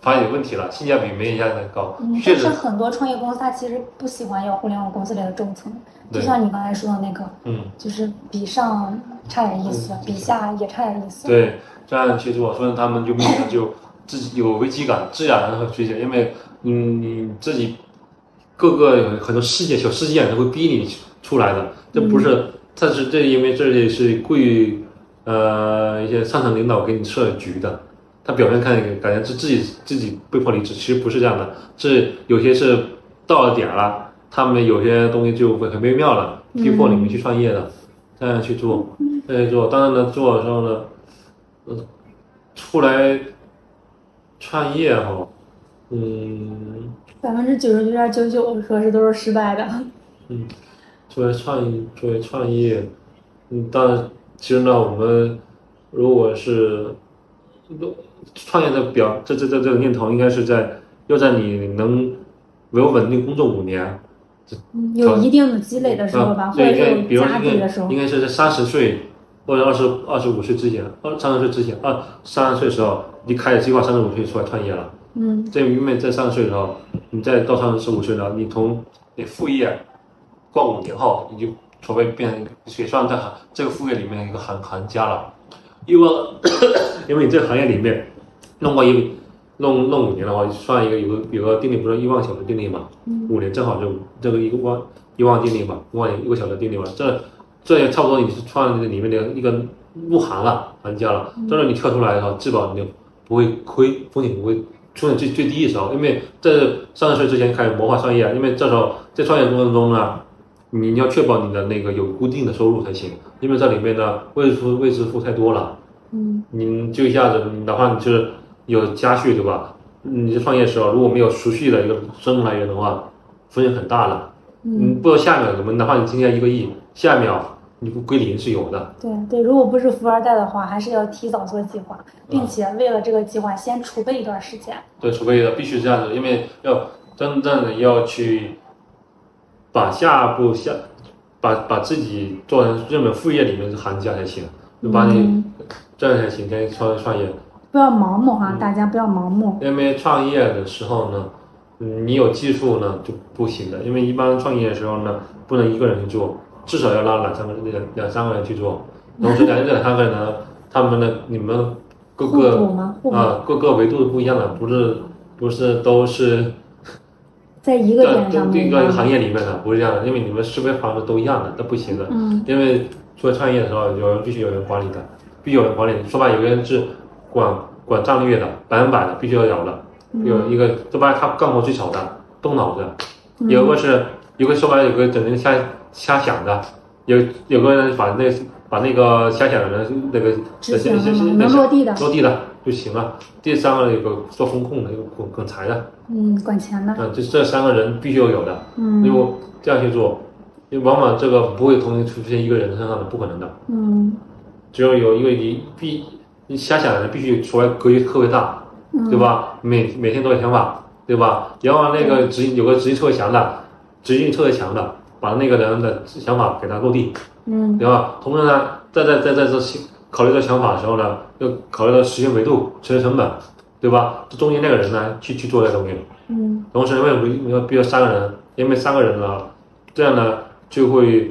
S2: 发现有问题了，性价比没人家那高
S1: 嗯，，
S2: 确
S1: 但
S2: 实
S1: 是很多创业公司它其实不喜欢要互联网公司里的中层，就
S2: 对
S1: 像你刚才说的那个，
S2: 嗯。
S1: 就是比上差点意思，比下也差点意思。
S2: 对，这样其实我说他们就慢慢就自己有危机感，自然会出现，因为嗯你自己各个有很多事件小事件都会逼你出来的，这不是，但是这因为这里是贵呃一些上层领导给你设的局的。他表面看感觉是自己自己被迫离职，其实不是这样的，是有些是到了点儿了，他们有些东西就会很微妙了，逼迫你们去创业的，这样去做，这样去做。当然呢，做的时候呢，嗯，出来创业哈、嗯
S1: 百分之九十九点九九说是都是失败的。
S2: 嗯，作为创业，作为创业，嗯，当然，其实呢，我们如果是如创业的表，这这这这个念头，应该是在要在你能有稳定工作五年，
S1: 嗯有一定的积累的时候吧，
S2: 啊，
S1: 或
S2: 对，
S1: 者
S2: 应该比
S1: 是
S2: 如
S1: 有
S2: 说
S1: 家底
S2: 应该
S1: 的时候
S2: 应，该是在三十岁或者二十二十五岁之前，二三十岁之前，二三十岁的时候，你开始计划三十五岁出来创业了。
S1: 嗯
S2: 这因为在三十岁的时候，你再到三十五岁呢，你从你副业过五年后，你就除非变成也算在行这个副业里面一个行行家了，因为 因为你这个行业里面弄过一弄弄五年的话，算一个有个有个定理，不是一万小时定理嘛，
S3: 嗯，
S2: 五年正好就这个一个万一万定理嘛，一万一个小时定理嘛，这这也差不多你是创里面的一个入行了，行家了。但是你跳出来的话，至少你就不会亏，风险不会出现最最低的时候，因为在三十岁之前开始谋划创业，因为这时候在创业过程中呢，你要确保你的那个有固定的收入才行，因为这里面呢未支未支付太多了。
S3: 嗯，
S2: 你就一下子，哪怕你是有家蓄，对吧？你创业时候如果没有储蓄的一个收入来源的话，风险很大的。
S3: 嗯，
S2: 不知道下一秒什么，哪怕你今天一个亿，下一秒你不归零是有的。
S1: 对对，如果不是富二代的话，还是要提早做计划，
S2: 嗯
S1: 并且为了这个计划先储备一段时间。
S2: 对，储备的必须这样子，因为要真正的要去把下步下把把自己做成日本副业里面的行家才行，就把你
S3: 嗯
S2: 这样才行，才创创业。
S1: 不要盲目哈、
S2: 嗯
S1: 大家不要盲目。
S2: 因为创业的时候呢，嗯你有技术呢就不行的，因为一般创业的时候呢，不能一个人去做，至少要拉两三个两两三个人去做。然后这两这两三个人呢， 他们的你们各
S1: 互
S2: 个
S1: 补吗互补
S2: 啊各个维度不一样的，不是不是都是
S1: 在一个
S2: 在
S1: 点上
S2: 都一
S1: 面，
S2: 个行业里面的不是这样的，因为你们思维方式都一样的，那不行的。
S1: 嗯，
S2: 因为做创业的时候，有人必须有人管理的，必须有人管理。说白，有个人是管管战略的，百分百的，必须要有的。有一个，说白了，他干活最少的，动脑子；有个是，有个说白了，有个整天瞎瞎想的，有有个人把那把那个瞎想的人那个
S1: 执行的
S2: 那些
S1: 嘛
S2: 那些
S1: 能落地的
S2: 落地的就行了。第三个有个做风控的，有个管管财的，
S1: 嗯，管钱的，
S2: 嗯，就这三个人必须要有的。因为
S1: 嗯
S2: 这样去做，因为往往这个不会同时出现一个人身上的，不可能的。
S1: 嗯
S2: 只有有一个你必你瞎想的人必须除来格局特别大，
S1: 嗯，
S2: 对？吧？每每天都有想法，对吧？然后那个执有个执行特别强的，执行力特别强的，把那个人的想法给他落地，
S1: 嗯
S2: 对吧？同时呢，在在在在这些考虑这想法的时候呢，要考虑到时间维度、时间成本，对吧？这中间那个人呢，去去做这个东西。
S1: 嗯
S2: 同时因为没有必要三个人，因为三个人呢，这样呢就会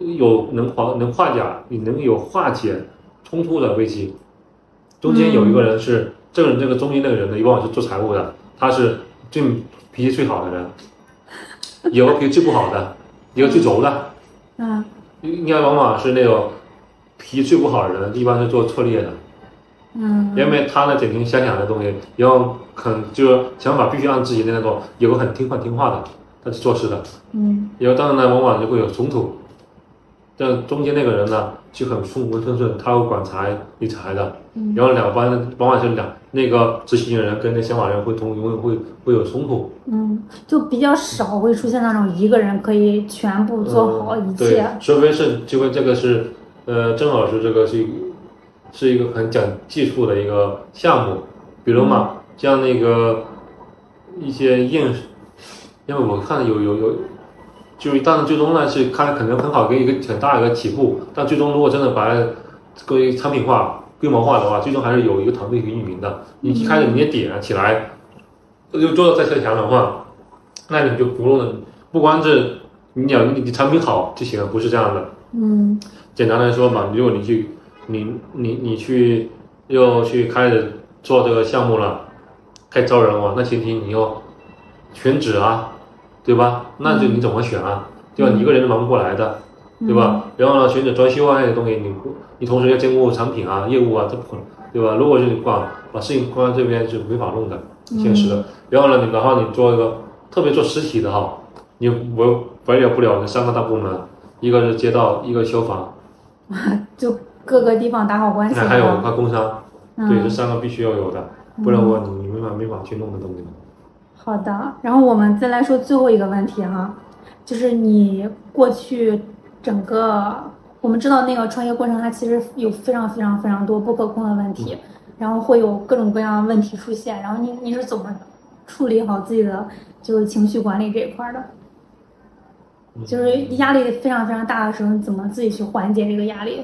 S2: 有能化能化解，你能有化解冲突的危机。中间有一个人是、这个人，这个中间那个人呢，往往是做财务的，他是最脾气最好的人，有个脾气最不好的，有个最轴的，
S1: 啊
S2: 应该往往是那种脾气最不好的人，一般是做策略的。
S1: 嗯，
S2: 因为他呢，整天瞎想的东西，然后肯就是想法必须按自己的那种，有个很听话听话的，他是做事的，
S1: 嗯
S2: 然后当然呢，往往就会有冲突。但中间那个人呢，就很顺风顺顺，他会管财理财的，
S1: 嗯
S2: 然后两方往往是两那个执行人跟那想法人会同永远会会有冲突，
S1: 嗯，就比较少会出现那种一个人可以全部做好一
S2: 嗯对
S1: 切。，
S2: 除非是就跟这个是，呃，正好是这个是一是一个很讲技术的一个项目，比如
S1: 嗯
S2: 嘛，像那个一些硬，因为我看有有有，就是当然最终呢是看可能很好跟一个很大的一个起步，但最终如果真的把它归产品化、规模化的话，最终还是有一个团队去运营的。你一开始你也点啊起来，就做到再设强的话，那你就不用不光是你讲你你产品好就行了，不是这样的。
S1: 嗯
S2: 简单来说嘛，如果你去你你你去又去开始做这个项目了，开始招人了，那前提你要选址啊，对吧？那就你怎么选啊？对吧？你一个人是忙不过来的，对吧？然后呢，选址装修啊那些东西，你不你同时要兼顾产品啊、业务啊，这不可能，对吧？如果是你光把事情关在这边是没法弄的，现实的。然后呢，你哪怕你做一个特别做实体的哈，你我围绕不了那三个大部门，一个是街道，一个消防，
S1: 就各个地方打好关系
S2: 那还有
S1: 哈
S2: 它工商，对，这
S1: 啊嗯，
S2: 三个必须要有的，不然我你没法没法去弄的东西。
S1: 好的。然后我们再来说最后一个问题哈，就是你过去整个，我们知道那个创业过程，它其实有非常非常非常多不可控的问题，然后会有各种各样的问题出现。然后你你是怎么处理好自己的就是情绪管理这一块儿的？
S2: 嗯
S1: 就是压力非常非常大的时候，你怎么自己去缓解这个压力，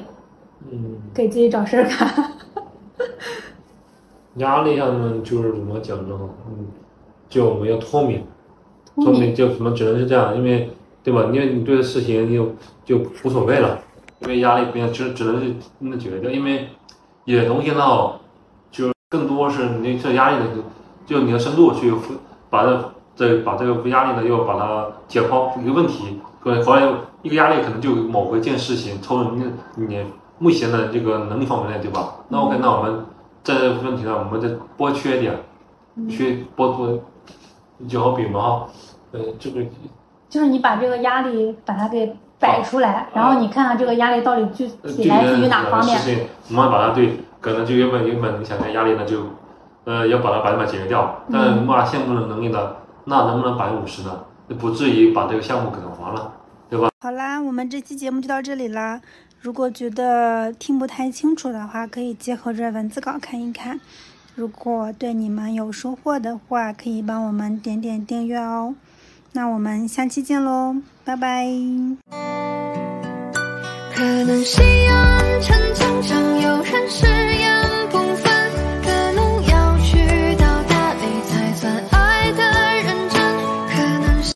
S2: 嗯，
S1: 给自己找事儿干？
S2: 压力上面就是怎么讲呢？嗯，就我们要脱敏，
S1: 脱敏
S2: 脱敏就什么只能是这样，因为对吧？因为你对事情就就无所谓了，因为压力不一样，只只能是那解决掉。因为有些东西呢，就更多是你这压力的，就你的深度去分把这这把这个压力呢，又把它解剖一个问题，可能后来一个压力可能就某一件事情抽你你目前的这个能力范围内，对吧？那 OK，那我们在这个问题上，我们再剥缺点，去剥夺，就好比我们哈，呃，这个
S1: 就是你把这个压力把它给摆出来，然后你看看这个压力到底具
S2: 呃
S1: 体来自于哪方面
S2: 事。情，我们把它对可能就原本原本你想的压力呢，就呃要把它百分百解决掉，
S1: 嗯
S2: 但是把项目的能力呢，那能不能百分之五十呢？就不至于把这个项目给弄黄了。
S3: 好啦，我们这期节目就到这里啦。如果觉得听不太清楚的话，可以结合着文字稿看一看。如果对你们有收获的话，可以帮我们点点订阅哦。那我们下期见喽，拜拜。
S4: 可能夕阳沉沉，常有人誓言不分